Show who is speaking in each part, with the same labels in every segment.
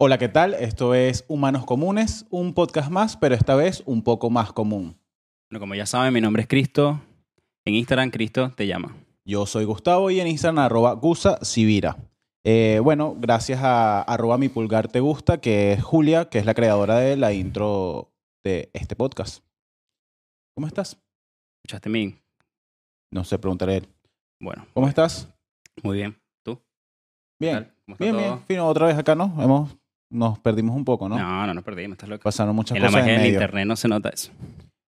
Speaker 1: Hola, ¿qué tal? Esto es Humanos Comunes, un podcast más, pero esta vez un poco más común.
Speaker 2: Bueno, como ya saben, mi nombre es Cristo. En Instagram, Cristo te llama.
Speaker 1: Yo soy Gustavo y en Instagram arroba Gusa Sibira. Eh, bueno, gracias a arroba mi pulgar te gusta, que es Julia, que es la creadora de la intro de este podcast. ¿Cómo estás?
Speaker 2: ¿Escuchaste mi?
Speaker 1: No sé, preguntaré a él.
Speaker 2: Bueno,
Speaker 1: ¿Cómo estás?
Speaker 2: muy bien. ¿Tú? ¿Qué
Speaker 1: Bien,
Speaker 2: tal? ¿Cómo está
Speaker 1: bien,
Speaker 2: todo?
Speaker 1: bien. Fino, otra vez acá, ¿no? Hemos, nos perdimos un poco, ¿no?
Speaker 2: ¿no? no, no nos perdimos, estás loco.
Speaker 1: Pasaron muchas
Speaker 2: En la
Speaker 1: cosas
Speaker 2: magia
Speaker 1: en
Speaker 2: del
Speaker 1: medio.
Speaker 2: internet no se nota eso.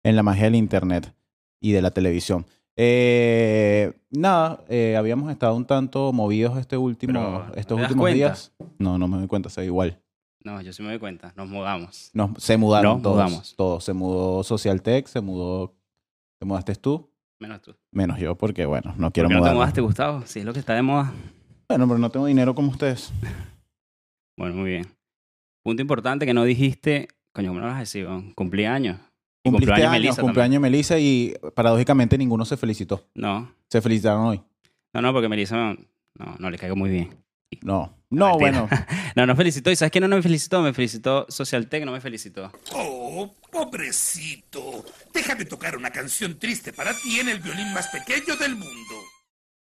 Speaker 1: en la magia del internet y de la televisión. Eh, nada, eh, habíamos estado un tanto movidos este último,
Speaker 2: Pero, ¿no
Speaker 1: estos
Speaker 2: te das
Speaker 1: últimos
Speaker 2: cuenta?
Speaker 1: días. No, no me doy cuenta, se ve igual.
Speaker 2: No, yo sí me doy cuenta, nos mudamos.
Speaker 1: Nos- se mudaron
Speaker 2: Nos
Speaker 1: todos,
Speaker 2: mudamos.
Speaker 1: todos. Se mudó Socialtech, se mudó. ¿Te mudaste tú?
Speaker 2: Menos tú.
Speaker 1: Menos yo, porque bueno, no quiero
Speaker 2: ¿Por qué no te
Speaker 1: mudarme.
Speaker 2: mudaste, Gustavo? Si es lo que está de moda.
Speaker 1: Bueno, pero no tengo dinero como ustedes.
Speaker 2: Bueno, muy bien. Punto importante que no dijiste, coño, ¿cómo no lo vas a decir? weón? Cumpleaños. Y
Speaker 1: Cumpliste
Speaker 2: cumpleaños
Speaker 1: años,
Speaker 2: Melissa también.
Speaker 1: cumpleaños Melissa y paradójicamente ninguno se felicitó.
Speaker 2: No,
Speaker 1: Se felicitaron hoy.
Speaker 2: no, no, porque Melissa no, no, no le caigo muy bien.
Speaker 1: No, no,
Speaker 2: mentira.
Speaker 1: bueno.
Speaker 2: No, no felicitó. ¿Y sabes quién no me felicitó? Me felicitó Socialtech, no me felicitó.
Speaker 3: Oh, pobrecito. Déjame tocar una canción triste Este, para ti en el violín más pequeño del mundo.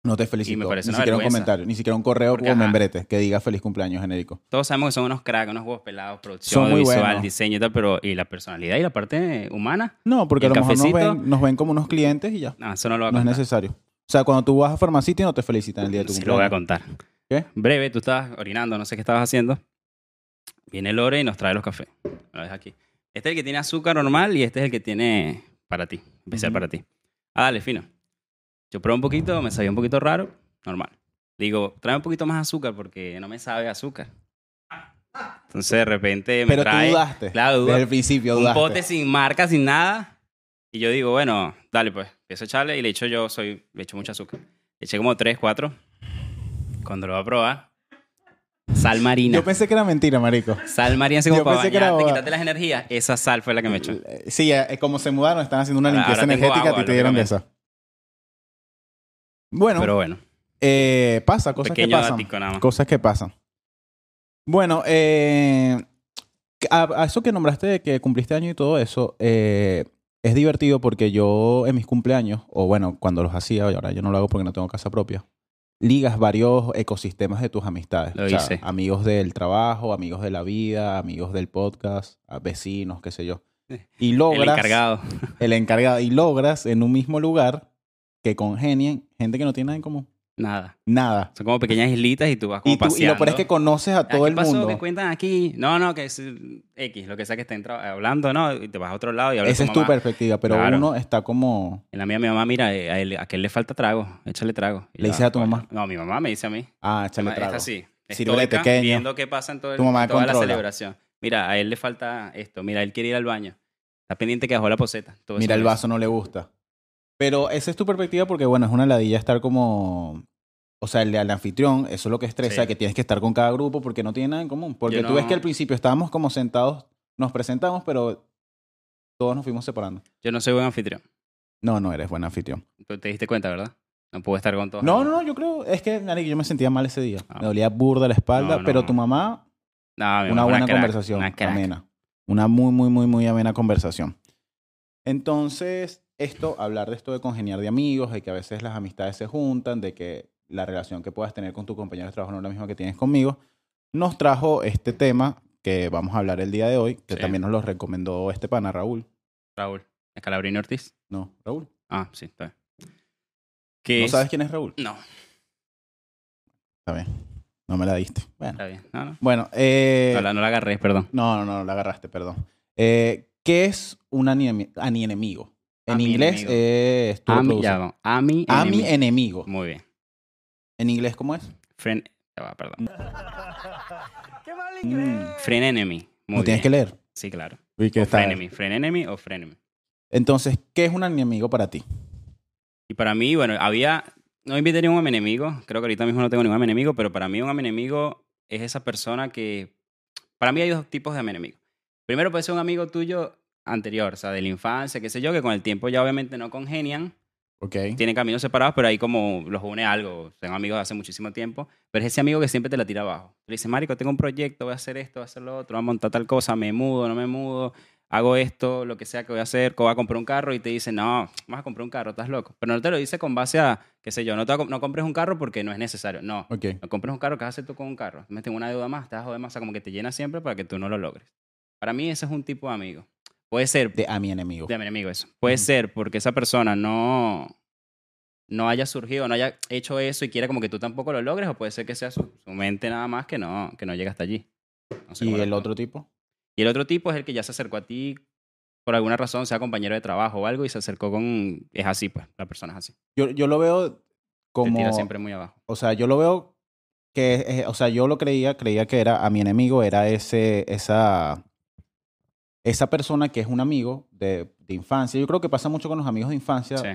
Speaker 1: No te felicito.
Speaker 2: parece
Speaker 1: ni
Speaker 2: una
Speaker 1: siquiera un
Speaker 2: vergüenza.
Speaker 1: comentario, ni siquiera un correo
Speaker 2: Porque,
Speaker 1: como
Speaker 2: ajá.
Speaker 1: membrete que diga feliz cumpleaños genérico.
Speaker 2: Todos sabemos que son unos cracks, unos huevos pelados, producción,
Speaker 1: Son muy
Speaker 2: visual,
Speaker 1: buenos.
Speaker 2: diseño y tal, pero y la personalidad y la parte humana,
Speaker 1: No, porque a
Speaker 2: ¿Y
Speaker 1: lo
Speaker 2: el
Speaker 1: mejor nos
Speaker 2: cafecito?
Speaker 1: ven, nos ven como unos clientes y ya.
Speaker 2: no, eso no lo va a
Speaker 1: No es
Speaker 2: contar.
Speaker 1: necesario. O sea, cuando tú vas a Farmacity no te felicitan el día de tu
Speaker 2: Sí lo voy a
Speaker 1: cumpleaños.
Speaker 2: contar.
Speaker 1: ¿Qué?
Speaker 2: Breve, tú estabas orinando, no sé qué estabas haciendo. Viene Lore y nos trae los cafés. Me Lo deja aquí. Este es el que tiene azúcar normal y este es el que tiene para ti, especial
Speaker 1: Ujú.
Speaker 2: para ti. Ah, dale, fino. Yo probé un poquito, me sabía un poquito raro, normal. Digo, trae un poquito más azúcar porque no me sabe a azúcar. Entonces de repente me
Speaker 1: Pero
Speaker 2: trae
Speaker 1: tú dudaste.
Speaker 2: Claro, duda-
Speaker 1: Desde el principio
Speaker 2: un
Speaker 1: dudaste.
Speaker 2: pote sin marca, sin nada. Y yo digo, bueno, dale pues, empiezo a echarle y le echo yo, soy, le echo mucho azúcar. Le eché como 3, 4. Cuando lo va a probar, sal marina.
Speaker 1: Yo pensé que era mentira, marico.
Speaker 2: sal marina, así como
Speaker 1: yo
Speaker 2: para
Speaker 1: pensé que era
Speaker 2: bañarte,
Speaker 1: boba.
Speaker 2: quitarte las energías. Esa sal fue la que me echó.
Speaker 1: Eh, Sí, eh, como se mudaron, están haciendo una
Speaker 2: Ahora-
Speaker 1: limpieza
Speaker 2: ahora tengo
Speaker 1: energética, a
Speaker 2: agua,
Speaker 1: ti te dieron de esa. Bueno,
Speaker 2: Pero bueno,
Speaker 1: eh, pasa, cosas que
Speaker 2: pequeño
Speaker 1: pasan.
Speaker 2: datico nada más.
Speaker 1: Cosas que pasan. Bueno, eh, a, a eso que nombraste de que cumpliste año y todo eso, eh, es divertido porque yo en mis cumpleaños, o bueno, cuando los hacía, y ahora yo no lo hago porque no tengo casa propia, ligas varios ecosistemas de tus amistades.
Speaker 2: Lo
Speaker 1: O sea,
Speaker 2: hice.
Speaker 1: amigos del trabajo, amigos de la vida, amigos del podcast, a vecinos, qué sé yo. Y logras
Speaker 2: El encargado.
Speaker 1: el encargado, y logras en un mismo lugar que congenien gente que no tiene nada en común.
Speaker 2: Nada.
Speaker 1: Nada.
Speaker 2: Son como pequeñas islitas y tú vas como
Speaker 1: Y, tú- y
Speaker 2: paseando.
Speaker 1: lo peor es que conoces a
Speaker 2: Ah,
Speaker 1: todo
Speaker 2: ¿qué
Speaker 1: el
Speaker 2: pasó?
Speaker 1: mundo.
Speaker 2: ¿Qué cuentan aquí? No, no, que es eh, X, lo que sea que estén tra- hablando, ¿no? Y te vas a otro lado y hablas
Speaker 1: Esa
Speaker 2: con
Speaker 1: es tu
Speaker 2: mamá.
Speaker 1: perspectiva, pero
Speaker 2: Claro.
Speaker 1: uno está como.
Speaker 2: En la mía, mi mamá, mira, eh, a, él, a aquel le falta trago, échale trago. Y
Speaker 1: ¿Le
Speaker 2: yo,
Speaker 1: dices a tu
Speaker 2: "Coño".
Speaker 1: mamá?
Speaker 2: No, mi mamá me dice a mí.
Speaker 1: Ah, échale
Speaker 2: Ma-
Speaker 1: trago.
Speaker 2: Es así.
Speaker 1: Sírvele
Speaker 2: estoica,
Speaker 1: pequeño.
Speaker 2: Viendo qué pasa en todo el-
Speaker 1: Tu mamá
Speaker 2: toda
Speaker 1: controla.
Speaker 2: la celebración. Mira, a él le falta esto. Mira, él quiere ir al baño. Está pendiente que dejó la poseta. Todo eso
Speaker 1: Mira, el
Speaker 2: me dice.
Speaker 1: vaso no le gusta. Pero esa es tu perspectiva porque, bueno, es una ladilla estar como. O sea, el, el anfitrión, eso es lo que estresa,
Speaker 2: Sí.
Speaker 1: que tienes que estar con cada grupo porque no tiene nada en común. Porque
Speaker 2: Yo
Speaker 1: tú ves
Speaker 2: no-
Speaker 1: que al principio estábamos como sentados, nos presentamos, pero todos nos fuimos separando.
Speaker 2: Yo no soy buen anfitrión.
Speaker 1: No, no eres buen anfitrión.
Speaker 2: Tú te diste cuenta, ¿verdad? No pude estar con todos.
Speaker 1: No, no, no, yo creo, es que marico, yo me sentía mal ese día.
Speaker 2: Ah.
Speaker 1: Me dolía burda la espalda,
Speaker 2: No, no.
Speaker 1: pero tu mamá
Speaker 2: No, mi
Speaker 1: una
Speaker 2: mamá,
Speaker 1: buena
Speaker 2: crack,
Speaker 1: conversación.
Speaker 2: Una crack.
Speaker 1: Amena. Una muy, muy, muy, muy amena conversación. Entonces, esto, hablar de esto de congeniar de amigos, de que a veces las amistades se juntan, de que la relación que puedas tener con tu compañero de trabajo no es la misma que tienes conmigo, nos trajo este tema que vamos a hablar el día de hoy, que
Speaker 2: Sí.
Speaker 1: también nos lo recomendó este pana, Raúl.
Speaker 2: Raúl. Escalabrini Ortiz.
Speaker 1: No, Raúl.
Speaker 2: Ah, sí, está bien. ¿Qué
Speaker 1: ¿No
Speaker 2: es?
Speaker 1: sabes quién es Raúl?
Speaker 2: No,
Speaker 1: Está bien. No me la diste. Bueno,
Speaker 2: está bien. No, no.
Speaker 1: bueno eh,
Speaker 2: No la, no la agarré, perdón.
Speaker 1: No, no, no, la agarraste, perdón. Eh, ¿Qué es un ani- anienemigo? En
Speaker 2: Ami
Speaker 1: inglés eh,
Speaker 2: enemigo.
Speaker 1: es tu
Speaker 2: Ami, ya, no. Ami, enemigo.
Speaker 1: enemigo.
Speaker 2: Muy bien.
Speaker 1: ¿En inglés cómo es?
Speaker 2: Friend. Ya va, perdón.
Speaker 1: Mm,
Speaker 2: Friend enemy. Muy
Speaker 1: no
Speaker 2: bien.
Speaker 1: tienes que leer.
Speaker 2: Sí, claro.
Speaker 1: Uy, ¿qué tal?
Speaker 2: Frenemy, frenemy o frenemy.
Speaker 1: Entonces, ¿qué es un enemigo para ti?
Speaker 2: Y para mí, bueno, había. No invitaría a un enemigo. Creo que ahorita mismo no tengo ningún enemigo, pero para mí un enemigo es esa persona que. Para mí hay dos tipos de enemigo. Primero puede ser un amigo tuyo anterior, o sea, de la infancia, qué sé yo, que con el tiempo ya obviamente no congenian,
Speaker 1: Ok.
Speaker 2: tienen caminos separados, pero ahí como los une algo, son amigos de hace muchísimo tiempo, pero es ese amigo que siempre te la tira abajo. Tú le dices, Marico, tengo un proyecto, voy a hacer esto, voy a hacer lo otro, voy a montar tal cosa, me mudo, no me mudo, hago esto, lo que sea que voy a hacer, voy a comprar un carro y te dice, no, vas a comprar un carro, estás loco. Pero no te lo dice con base a, qué sé yo, no, te va a comp- no compres un carro porque no es necesario. No,
Speaker 1: Ok.
Speaker 2: no compres un carro, ¿qué vas a hacer tú con un carro? Me tengo una deuda más, te vas a joder más, o sea, como que te llena siempre para que tú no lo logres. Para mí ese es un tipo de amigo. Puede ser
Speaker 1: De a mi enemigo.
Speaker 2: de mi enemigo eso. Puede
Speaker 1: Ujú.
Speaker 2: ser porque esa persona no, no haya surgido, no haya hecho eso y quiera como que tú tampoco lo logres, o puede ser que sea su, su mente nada más que no, que no llega hasta allí. No sé
Speaker 1: ¿Y
Speaker 2: cómo lo-
Speaker 1: el otro tipo?
Speaker 2: y el otro tipo es el que ya se acercó a ti por alguna razón, sea compañero de trabajo o algo, y se acercó con... Es así, pues, la persona es así.
Speaker 1: Yo, yo lo veo
Speaker 2: Te
Speaker 1: como...
Speaker 2: tira siempre muy abajo.
Speaker 1: O sea, yo lo veo que... eh, o sea, yo lo creía, creía que era a mi enemigo, era ese, esa... Esa persona que es un amigo de, de infancia. Yo creo que pasa mucho con los amigos de infancia.
Speaker 2: Sí.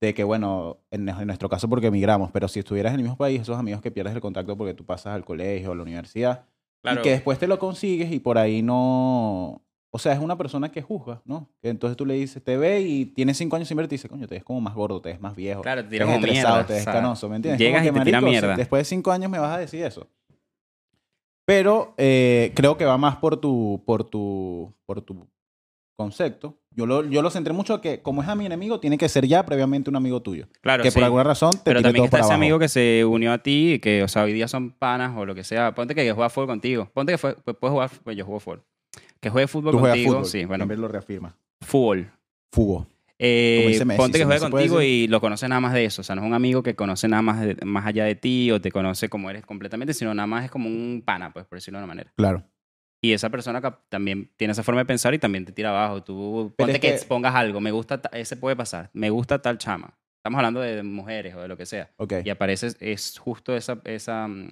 Speaker 1: de que, bueno, en, en nuestro caso porque emigramos, pero si estuvieras en el mismo país, esos amigos que pierdes el contacto porque tú pasas al colegio, a la universidad,
Speaker 2: Claro.
Speaker 1: y que después te lo consigues y por ahí no... O sea, es una persona que juzga, ¿no? Que entonces tú le dices, te ve y tienes cinco años sin verte y dice, coño, te ves como más gordo, te ves más viejo,
Speaker 2: Claro, te
Speaker 1: te
Speaker 2: tira
Speaker 1: ves
Speaker 2: como
Speaker 1: estresado,
Speaker 2: mierda.
Speaker 1: te
Speaker 2: o
Speaker 1: ves
Speaker 2: sea,
Speaker 1: canoso, ¿me entiendes?
Speaker 2: Llegas
Speaker 1: Como
Speaker 2: y te tira
Speaker 1: "Marico, si-
Speaker 2: mierda.
Speaker 1: Después de cinco años me vas a decir eso. Pero eh, creo que va más por tu, por tu, por tu concepto. Yo lo, yo lo centré mucho a que como es a mi enemigo, tiene que ser ya previamente un amigo tuyo
Speaker 2: Claro,
Speaker 1: que
Speaker 2: sí.
Speaker 1: por alguna razón te
Speaker 2: Pero
Speaker 1: tire
Speaker 2: también
Speaker 1: todo
Speaker 2: está
Speaker 1: para
Speaker 2: ese
Speaker 1: abajo.
Speaker 2: amigo que se unió a ti y que, o sea, hoy día son panas o lo que sea. Ponte que juega fútbol contigo. Ponte que fue- pues, puedes jugar, pues yo juego fútbol. Que juegue fútbol
Speaker 1: Tú juegas
Speaker 2: contigo.
Speaker 1: fútbol.
Speaker 2: Sí, bueno,
Speaker 1: Siempre lo reafirma.
Speaker 2: fútbol.
Speaker 1: Fútbol.
Speaker 2: Eh,
Speaker 1: Como dice Messi,
Speaker 2: ponte que
Speaker 1: ¿se-
Speaker 2: juegue
Speaker 1: se puede
Speaker 2: contigo y lo conoce nada más de eso. O sea, no es un amigo que conoce nada más, de- más allá de ti o te conoce como eres completamente, sino nada más es como un pana, pues, por decirlo de una manera.
Speaker 1: Claro.
Speaker 2: Y esa persona cap- también tiene esa forma de pensar y también te tira abajo. Tú
Speaker 1: Pero
Speaker 2: ponte
Speaker 1: es
Speaker 2: que,
Speaker 1: que-
Speaker 2: expongas algo. Me gusta, ta- ese puede pasar. Me gusta tal chama. Estamos hablando de mujeres o de lo que sea.
Speaker 1: Ok.
Speaker 2: y aparece es justo esa, esa, mm,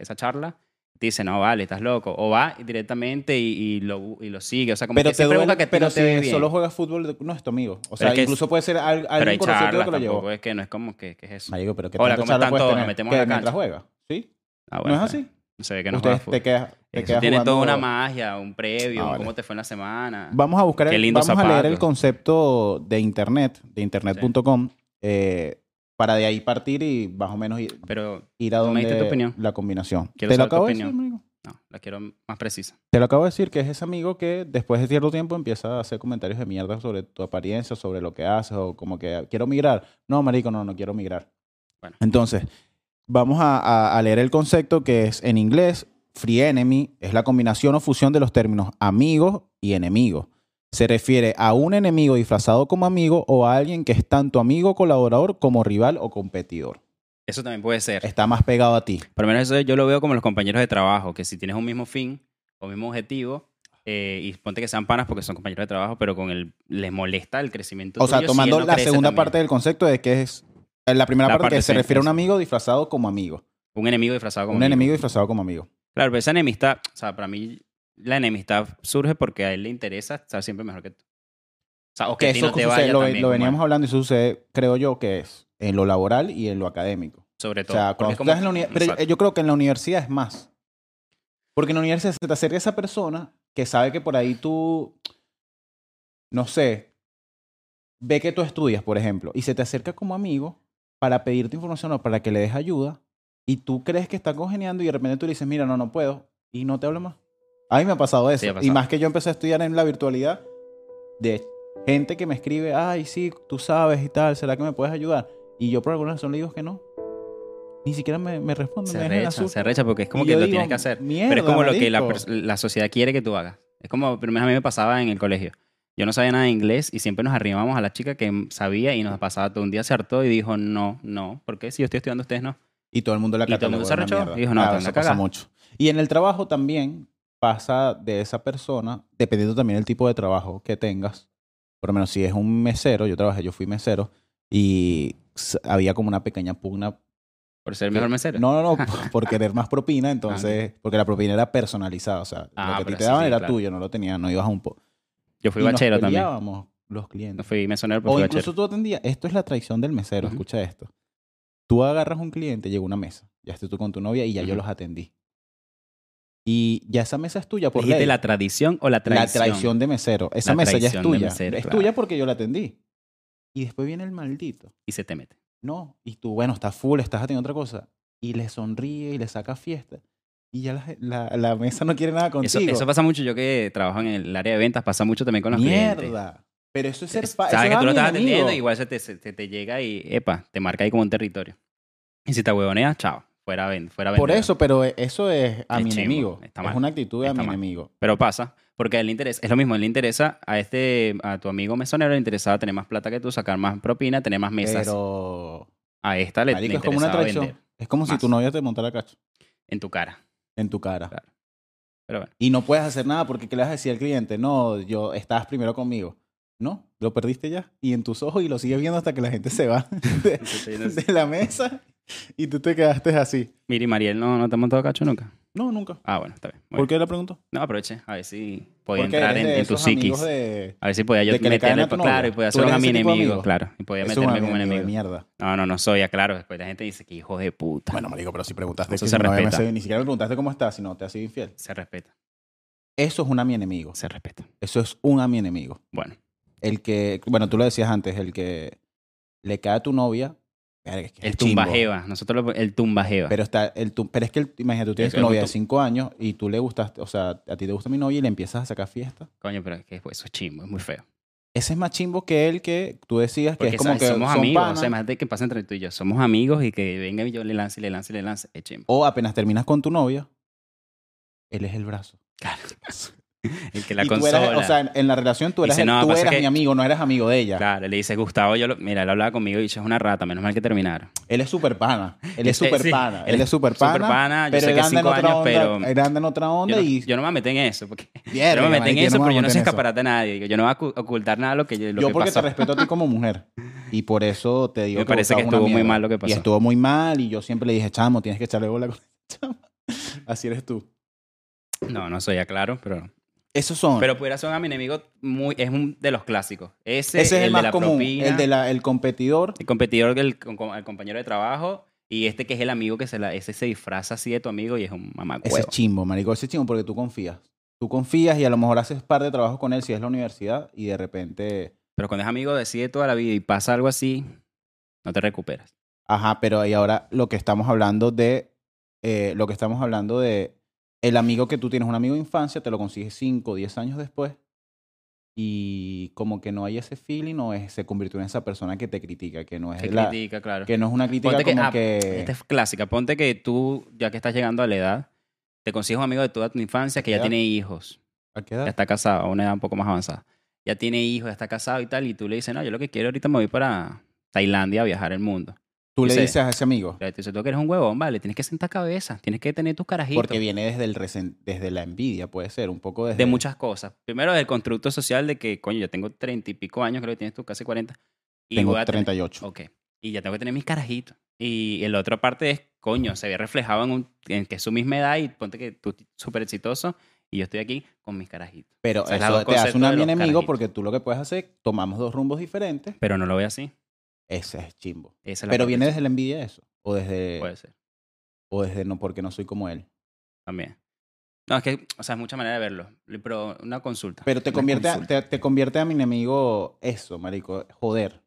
Speaker 2: esa charla, te dice, no, vale, estás loco. O va directamente y, y lo, bu- y lo sigue. O sea, como
Speaker 1: Pero
Speaker 2: que
Speaker 1: te
Speaker 2: siempre
Speaker 1: duele,
Speaker 2: busca que a ti
Speaker 1: pero
Speaker 2: no
Speaker 1: si
Speaker 2: te ve bien.
Speaker 1: solo juegas fútbol, de- no es tu amigo. O sea,
Speaker 2: es que es-
Speaker 1: incluso puede ser al-
Speaker 2: pero hay
Speaker 1: alguien conocido tuyo
Speaker 2: charlas,
Speaker 1: que lo llevó.
Speaker 2: tampoco es que no es como que, que es eso.
Speaker 1: Marico, pero que
Speaker 2: Hola,
Speaker 1: tantas
Speaker 2: ¿cómo están
Speaker 1: charlas puedes
Speaker 2: todos? Nos
Speaker 1: tener
Speaker 2: metemos
Speaker 1: que
Speaker 2: a la
Speaker 1: mientras
Speaker 2: cancha.
Speaker 1: juega. ¿Sí?
Speaker 2: Ah,
Speaker 1: ¿No
Speaker 2: bueno,
Speaker 1: es así?
Speaker 2: Se ve que no juegas
Speaker 1: Ustedes
Speaker 2: fútbol.
Speaker 1: te quedas, te
Speaker 2: Eso
Speaker 1: quedas
Speaker 2: tiene
Speaker 1: jugando-
Speaker 2: toda una magia, un previo,
Speaker 1: Ah,
Speaker 2: un
Speaker 1: vale.
Speaker 2: cómo te fue en la semana.
Speaker 1: Vamos a buscar,
Speaker 2: Qué
Speaker 1: el,
Speaker 2: lindo
Speaker 1: vamos a leer
Speaker 2: zapato.
Speaker 1: el concepto de internet, de internet.com, eh, para de ahí partir y más o menos ir,
Speaker 2: Pero
Speaker 1: ir a
Speaker 2: Tú me
Speaker 1: donde
Speaker 2: diste tu opinión.
Speaker 1: la combinación.
Speaker 2: Quiero
Speaker 1: ¿Te lo
Speaker 2: saber tu
Speaker 1: acabo de decir,
Speaker 2: opinión.
Speaker 1: marico?
Speaker 2: no, la quiero más precisa.
Speaker 1: Te lo acabo de decir, que es ese amigo que después de cierto tiempo empieza a hacer comentarios de mierda sobre tu apariencia, sobre lo que haces, o como que quiero migrar. No, marico, no, no quiero migrar.
Speaker 2: Bueno.
Speaker 1: Entonces, vamos a, a- a leer el concepto que es en inglés, free enemy, es la combinación o fusión de los términos amigo y enemigo. Se refiere a un enemigo disfrazado como amigo o a alguien que es tanto amigo, colaborador como rival o competidor.
Speaker 2: Eso también puede ser.
Speaker 1: Está más pegado a ti.
Speaker 2: Por lo menos eso yo lo veo como los compañeros de trabajo, que si tienes un mismo fin o mismo objetivo, eh, y ponte que sean panas porque son compañeros de trabajo, pero con el les molesta el crecimiento.
Speaker 1: O sea,
Speaker 2: tuyo si
Speaker 1: tomando
Speaker 2: él no
Speaker 1: la
Speaker 2: crece
Speaker 1: segunda
Speaker 2: también.
Speaker 1: parte del concepto de que es eh, la primera
Speaker 2: La
Speaker 1: parte,
Speaker 2: parte
Speaker 1: que se
Speaker 2: sí,
Speaker 1: refiere a un
Speaker 2: eso.
Speaker 1: amigo disfrazado como amigo.
Speaker 2: Un enemigo disfrazado como
Speaker 1: un
Speaker 2: amigo.
Speaker 1: enemigo disfrazado como amigo.
Speaker 2: Claro, pero esa enemistad, o sea, para mí la enemistad surge porque a él le interesa estar siempre mejor que tú. O sea, o que, a ti
Speaker 1: eso
Speaker 2: no te
Speaker 1: sucede,
Speaker 2: vaya
Speaker 1: lo,
Speaker 2: también,
Speaker 1: lo
Speaker 2: como
Speaker 1: veníamos
Speaker 2: él.
Speaker 1: hablando y eso sucede, creo yo, que es en lo laboral y en lo académico.
Speaker 2: sobre
Speaker 1: O
Speaker 2: todo.
Speaker 1: sea, cuando
Speaker 2: porque es como-
Speaker 1: estás en la uni- pero yo-
Speaker 2: Exacto.
Speaker 1: yo creo que en la universidad es más. Porque en la universidad se te acerca esa persona que sabe que por ahí tú, no sé, ve que tú estudias, por ejemplo, y se te acerca como amigo para pedirte información o para que le des ayuda, y tú crees que está congeniando y de repente tú le dices, mira, no, no puedo, y no te habla más. A mí me ha pasado eso.
Speaker 2: Sí, ha
Speaker 1: Y
Speaker 2: pasado.
Speaker 1: más que yo empecé a estudiar en la virtualidad de gente que me escribe, ay, sí, tú sabes y tal, ¿será que me puedes ayudar? Y yo por alguna razón le digo que no. Ni siquiera me, me responde. me
Speaker 2: se
Speaker 1: deja en
Speaker 2: recha,
Speaker 1: azul.
Speaker 2: se recha porque es como
Speaker 1: Y
Speaker 2: que
Speaker 1: yo
Speaker 2: lo
Speaker 1: digo,
Speaker 2: tienes que hacer. pero
Speaker 1: "Mierda,
Speaker 2: es como lo que la,
Speaker 1: marico".
Speaker 2: pers- la sociedad quiere que tú hagas. Es como, primero a mí me pasaba en el colegio. Yo no sabía nada de inglés y siempre nos arrimamos a la chica que m- sabía y nos pasaba todo un día, se hartó y dijo, no, no, ¿por qué? Si yo estoy estudiando, ustedes no.
Speaker 1: Y todo el mundo la
Speaker 2: Y todo el mundo se
Speaker 1: catalogó de una
Speaker 2: arrechó.
Speaker 1: mierda.
Speaker 2: Dijo, no, te van
Speaker 1: eso
Speaker 2: a
Speaker 1: pasa
Speaker 2: cagar.
Speaker 1: mucho. Y en el trabajo también pasa de esa persona, dependiendo también del tipo de trabajo que tengas. Por lo menos si es un mesero, yo trabajé, yo fui mesero y s- había como una pequeña pugna.
Speaker 2: Por ser el mejor mesero.
Speaker 1: No, no, no, por- por querer más propina, entonces, porque la propina era personalizada, o sea,
Speaker 2: Ah,
Speaker 1: lo que a ti
Speaker 2: pero
Speaker 1: te
Speaker 2: eso
Speaker 1: daban
Speaker 2: sí,
Speaker 1: era
Speaker 2: claro.
Speaker 1: tuyo, no lo tenías, no ibas a un po.
Speaker 2: Yo fui
Speaker 1: y nos
Speaker 2: bachero también.
Speaker 1: peleábamos los
Speaker 2: No
Speaker 1: clientes.
Speaker 2: fui mesonero, pero
Speaker 1: O
Speaker 2: fui
Speaker 1: incluso
Speaker 2: bachero.
Speaker 1: tú atendías. Esto es la traición del mesero,
Speaker 2: Ujú.
Speaker 1: escucha esto. Tú agarras un cliente, llega una mesa. Ya estás tú con tu novia y ya yo
Speaker 2: Ujú.
Speaker 1: los atendí. Y ya esa mesa es tuya por
Speaker 2: ¿Dijiste
Speaker 1: ley.
Speaker 2: la tradición o la traición?
Speaker 1: La traición de mesero. Esa
Speaker 2: La
Speaker 1: mesa ya es
Speaker 2: traición de
Speaker 1: tuya.
Speaker 2: mesero,
Speaker 1: es
Speaker 2: claro.
Speaker 1: tuya porque yo la atendí. Y después viene el maldito.
Speaker 2: Y se te mete.
Speaker 1: No. Y tú, bueno, estás full, estás atendiendo otra cosa. Y le sonríe y le saca fiesta. y ya la, la- la mesa no quiere nada
Speaker 2: Eso,
Speaker 1: contigo.
Speaker 2: eso pasa mucho. Yo que trabajo en el área de ventas, pasa mucho también con los clientes.
Speaker 1: Mierda. Pero eso es ser pa- eso
Speaker 2: Sabes que
Speaker 1: es
Speaker 2: tú lo estás
Speaker 1: amigo.
Speaker 2: atendiendo, igual se te, se- te- te llega y, epa, te marca ahí como un territorio. Y si te huevoneas, chao, fuera, ven, fuera
Speaker 1: Por
Speaker 2: vendedor.
Speaker 1: eso, pero e, eso es a
Speaker 2: Es
Speaker 1: mi
Speaker 2: chimbo,
Speaker 1: enemigo.
Speaker 2: está
Speaker 1: Es
Speaker 2: mal,
Speaker 1: una actitud a
Speaker 2: está
Speaker 1: mi
Speaker 2: mal.
Speaker 1: enemigo.
Speaker 2: Pero pasa, porque a él le interesa, es lo mismo, a él le interesa a este, a tu amigo mesonero le interesaba tener más plata que tú, sacar más propina, tener más mesas.
Speaker 1: Pero.
Speaker 2: a esta le, le
Speaker 1: marico, es como una
Speaker 2: interesaba
Speaker 1: traición.
Speaker 2: vender
Speaker 1: Es como si
Speaker 2: más.
Speaker 1: tu novia te montara cacho
Speaker 2: en tu cara.
Speaker 1: en tu cara.
Speaker 2: Claro. Pero bueno,
Speaker 1: Y no puedes hacer nada porque ¿qué le vas a decir al cliente? No, yo estabas primero conmigo. No, lo perdiste ya. Y en tus ojos y lo sigues viendo hasta que la gente se va de, de la mesa y tú te quedaste así.
Speaker 2: Miri Mariel, ¿no, ¿no te ha montado cacho nunca?
Speaker 1: No, nunca.
Speaker 2: Ah, bueno, está bien. muy
Speaker 1: ¿Por
Speaker 2: bien.
Speaker 1: qué la pregunto?
Speaker 2: No, aproveche, a ver si podía
Speaker 1: Porque
Speaker 2: entrar
Speaker 1: eres
Speaker 2: en,
Speaker 1: de
Speaker 2: en tu
Speaker 1: esos amigos
Speaker 2: psiquis.
Speaker 1: de-
Speaker 2: A ver si podía yo
Speaker 1: de que le caen
Speaker 2: meterme,
Speaker 1: a tu
Speaker 2: pa- claro,
Speaker 1: novia.
Speaker 2: y podía
Speaker 1: ¿Tú
Speaker 2: ser un
Speaker 1: eres ese
Speaker 2: amigo,
Speaker 1: tipo de amigo?
Speaker 2: claro, y podía
Speaker 1: Eso es un
Speaker 2: meterme
Speaker 1: amigo
Speaker 2: como un
Speaker 1: de
Speaker 2: enemigo.
Speaker 1: mierda.
Speaker 2: No, no, no soy, ah, claro, después la gente dice que hijo de puta.
Speaker 1: Bueno, marico, pero si preguntaste
Speaker 2: Eso
Speaker 1: que
Speaker 2: se
Speaker 1: si mi novia me
Speaker 2: respeta.
Speaker 1: hace- ni siquiera me preguntaste cómo estás, sino te has sido infiel.
Speaker 2: se respeta,
Speaker 1: Eso es un a mi enemigo.
Speaker 2: se respeta.
Speaker 1: Eso es un a mi enemigo.
Speaker 2: Bueno,
Speaker 1: El que, bueno, tú lo decías antes, el que le cae a tu novia. verga, es que es
Speaker 2: el
Speaker 1: chimbo.
Speaker 2: tumbajeva, nosotros lo- el tumbajeva.
Speaker 1: Pero está el tu- pero es que el- imagínate, tú tienes tu
Speaker 2: Eso es
Speaker 1: novia de
Speaker 2: justo.
Speaker 1: 5 años y tú le gustaste, o sea, a ti te gusta mi novia y le empiezas a sacar fiesta.
Speaker 2: Coño, pero es que pues, eso es chimbo, es muy feo.
Speaker 1: Ese es más chimbo que el que tú decías que
Speaker 2: Porque
Speaker 1: es como
Speaker 2: ¿sabes?
Speaker 1: que
Speaker 2: somos
Speaker 1: son
Speaker 2: amigos,
Speaker 1: panas,
Speaker 2: o sea, imagínate que pasa entre tú y yo, somos amigos y que venga y yo le lance y le lance y le lance, es chimbo.
Speaker 1: o apenas terminas con tu novia, él es el brazo.
Speaker 2: Claro. El que la
Speaker 1: y tú
Speaker 2: consola.
Speaker 1: eras- o sea, en, en la relación tú eras,
Speaker 2: Dice,
Speaker 1: el-
Speaker 2: "No,
Speaker 1: tú
Speaker 2: pasa
Speaker 1: eras
Speaker 2: que-
Speaker 1: mi amigo, no eras amigo de ella.
Speaker 2: claro, le dice, Gustavo, yo lo- mira, él hablaba conmigo y dice, es una rata, menos mal que terminaron.
Speaker 1: Él es super pana. Él es
Speaker 2: Este,
Speaker 1: super
Speaker 2: sí,
Speaker 1: pana. Él es super pana.
Speaker 2: superpana, yo
Speaker 1: pero
Speaker 2: sé
Speaker 1: él
Speaker 2: que
Speaker 1: anda en
Speaker 2: cinco
Speaker 1: otra
Speaker 2: años, pero...
Speaker 1: onda. Él anda en otra onda
Speaker 2: Yo no,
Speaker 1: y.
Speaker 2: yo no me metí en eso, porque yo
Speaker 1: Verga,
Speaker 2: no me metí en
Speaker 1: marico,
Speaker 2: eso,
Speaker 1: me
Speaker 2: pero yo no
Speaker 1: meto
Speaker 2: soy
Speaker 1: en eso.
Speaker 2: escaparate a nadie. Yo no voy a ocu- ocultar nada de lo que yo lo
Speaker 1: Yo
Speaker 2: que
Speaker 1: porque
Speaker 2: pasó.
Speaker 1: te respeto a ti como mujer. Y por eso te digo
Speaker 2: Me parece
Speaker 1: buscabas
Speaker 2: que
Speaker 1: una
Speaker 2: estuvo muy
Speaker 1: mierda.
Speaker 2: mal lo que pasó.
Speaker 1: Y estuvo muy mal y yo siempre le dije, chamo, tienes que echarle bola con el chamo. Así eres tú.
Speaker 2: No, no soy aclaro, pero.
Speaker 1: Esos son.
Speaker 2: Pero pudiera ser un enemigo muy, es un de los clásicos. Ese,
Speaker 1: ese es el,
Speaker 2: de
Speaker 1: más
Speaker 2: la
Speaker 1: común.
Speaker 2: propina,
Speaker 1: El, de la, el competidor.
Speaker 2: el competidor, el, com- el compañero de trabajo. Y este que es el amigo que se la, ese se disfraza así de tu amigo y es un
Speaker 1: Ese
Speaker 2: mamagüevo.
Speaker 1: es chimbo, marico. Ese es chimbo porque tú confías. Tú confías y a lo mejor haces par de trabajos con él si es la universidad y de repente...
Speaker 2: Pero cuando es amigo decide toda la vida y pasa algo así, no te recuperas.
Speaker 1: Ajá, pero y ahora lo que estamos hablando de. eh, lo que estamos hablando de. El amigo que tú tienes, un amigo de infancia, te lo consigues 5 o 10 años después. Y como que no hay ese feeling, o es, se convirtió en esa persona que te critica, que no es,
Speaker 2: Se
Speaker 1: la-
Speaker 2: critica, claro.
Speaker 1: que no es una crítica
Speaker 2: Ponte que-
Speaker 1: como
Speaker 2: ah,
Speaker 1: que.
Speaker 2: Esta es clásica. Ponte que tú, ya que estás llegando a la edad, te consigues un amigo de toda tu infancia que ya
Speaker 1: Ya.
Speaker 2: tiene hijos,
Speaker 1: ¿A qué
Speaker 2: ya
Speaker 1: edad?
Speaker 2: está casado, a una edad un poco más avanzada. Ya tiene hijos, ya está casado y tal, y tú le dices, no, yo lo que quiero ahorita me voy para Tailandia a viajar el mundo.
Speaker 1: Tú le
Speaker 2: dice-
Speaker 1: dices a ese amigo.
Speaker 2: Le dices, tú que eres un huevón, vale, tienes que sentar cabeza, tienes que tener tus carajitos.
Speaker 1: Porque viene desde, el resen- desde la envidia, puede ser, un poco desde.
Speaker 2: de muchas cosas. Primero, del constructo social de que, coño, yo tengo treinta y pico años, creo que tienes tú casi cuarenta. y
Speaker 1: Tengo
Speaker 2: voy a tener-
Speaker 1: 38.
Speaker 2: Ok. Y ya tengo que tener mis carajitos. Y el otra parte es, coño, se ve reflejado en, un, en que es su misma edad y ponte que tú súper exitoso y yo estoy aquí con mis carajitos.
Speaker 1: Pero
Speaker 2: O sea, las
Speaker 1: eso
Speaker 2: dos
Speaker 1: te hace un
Speaker 2: conceptos de los
Speaker 1: enemigo
Speaker 2: carajitos.
Speaker 1: porque tú lo que puedes hacer, tomamos dos rumbos diferentes.
Speaker 2: Pero no lo veo así.
Speaker 1: Ese es chimbo.
Speaker 2: Esa es la Pues.
Speaker 1: Pero
Speaker 2: parte
Speaker 1: viene
Speaker 2: que-
Speaker 1: desde la envidia eso. O desde.
Speaker 2: Puede ser,
Speaker 1: O desde no, porque no soy como él.
Speaker 2: también. No, es que, o sea, es mucha manera de verlo. Pero una consulta.
Speaker 1: Pero te
Speaker 2: Ah, Una
Speaker 1: convierte, a,
Speaker 2: consulta.
Speaker 1: te, te convierte a mi enemigo eso, marico. Joder.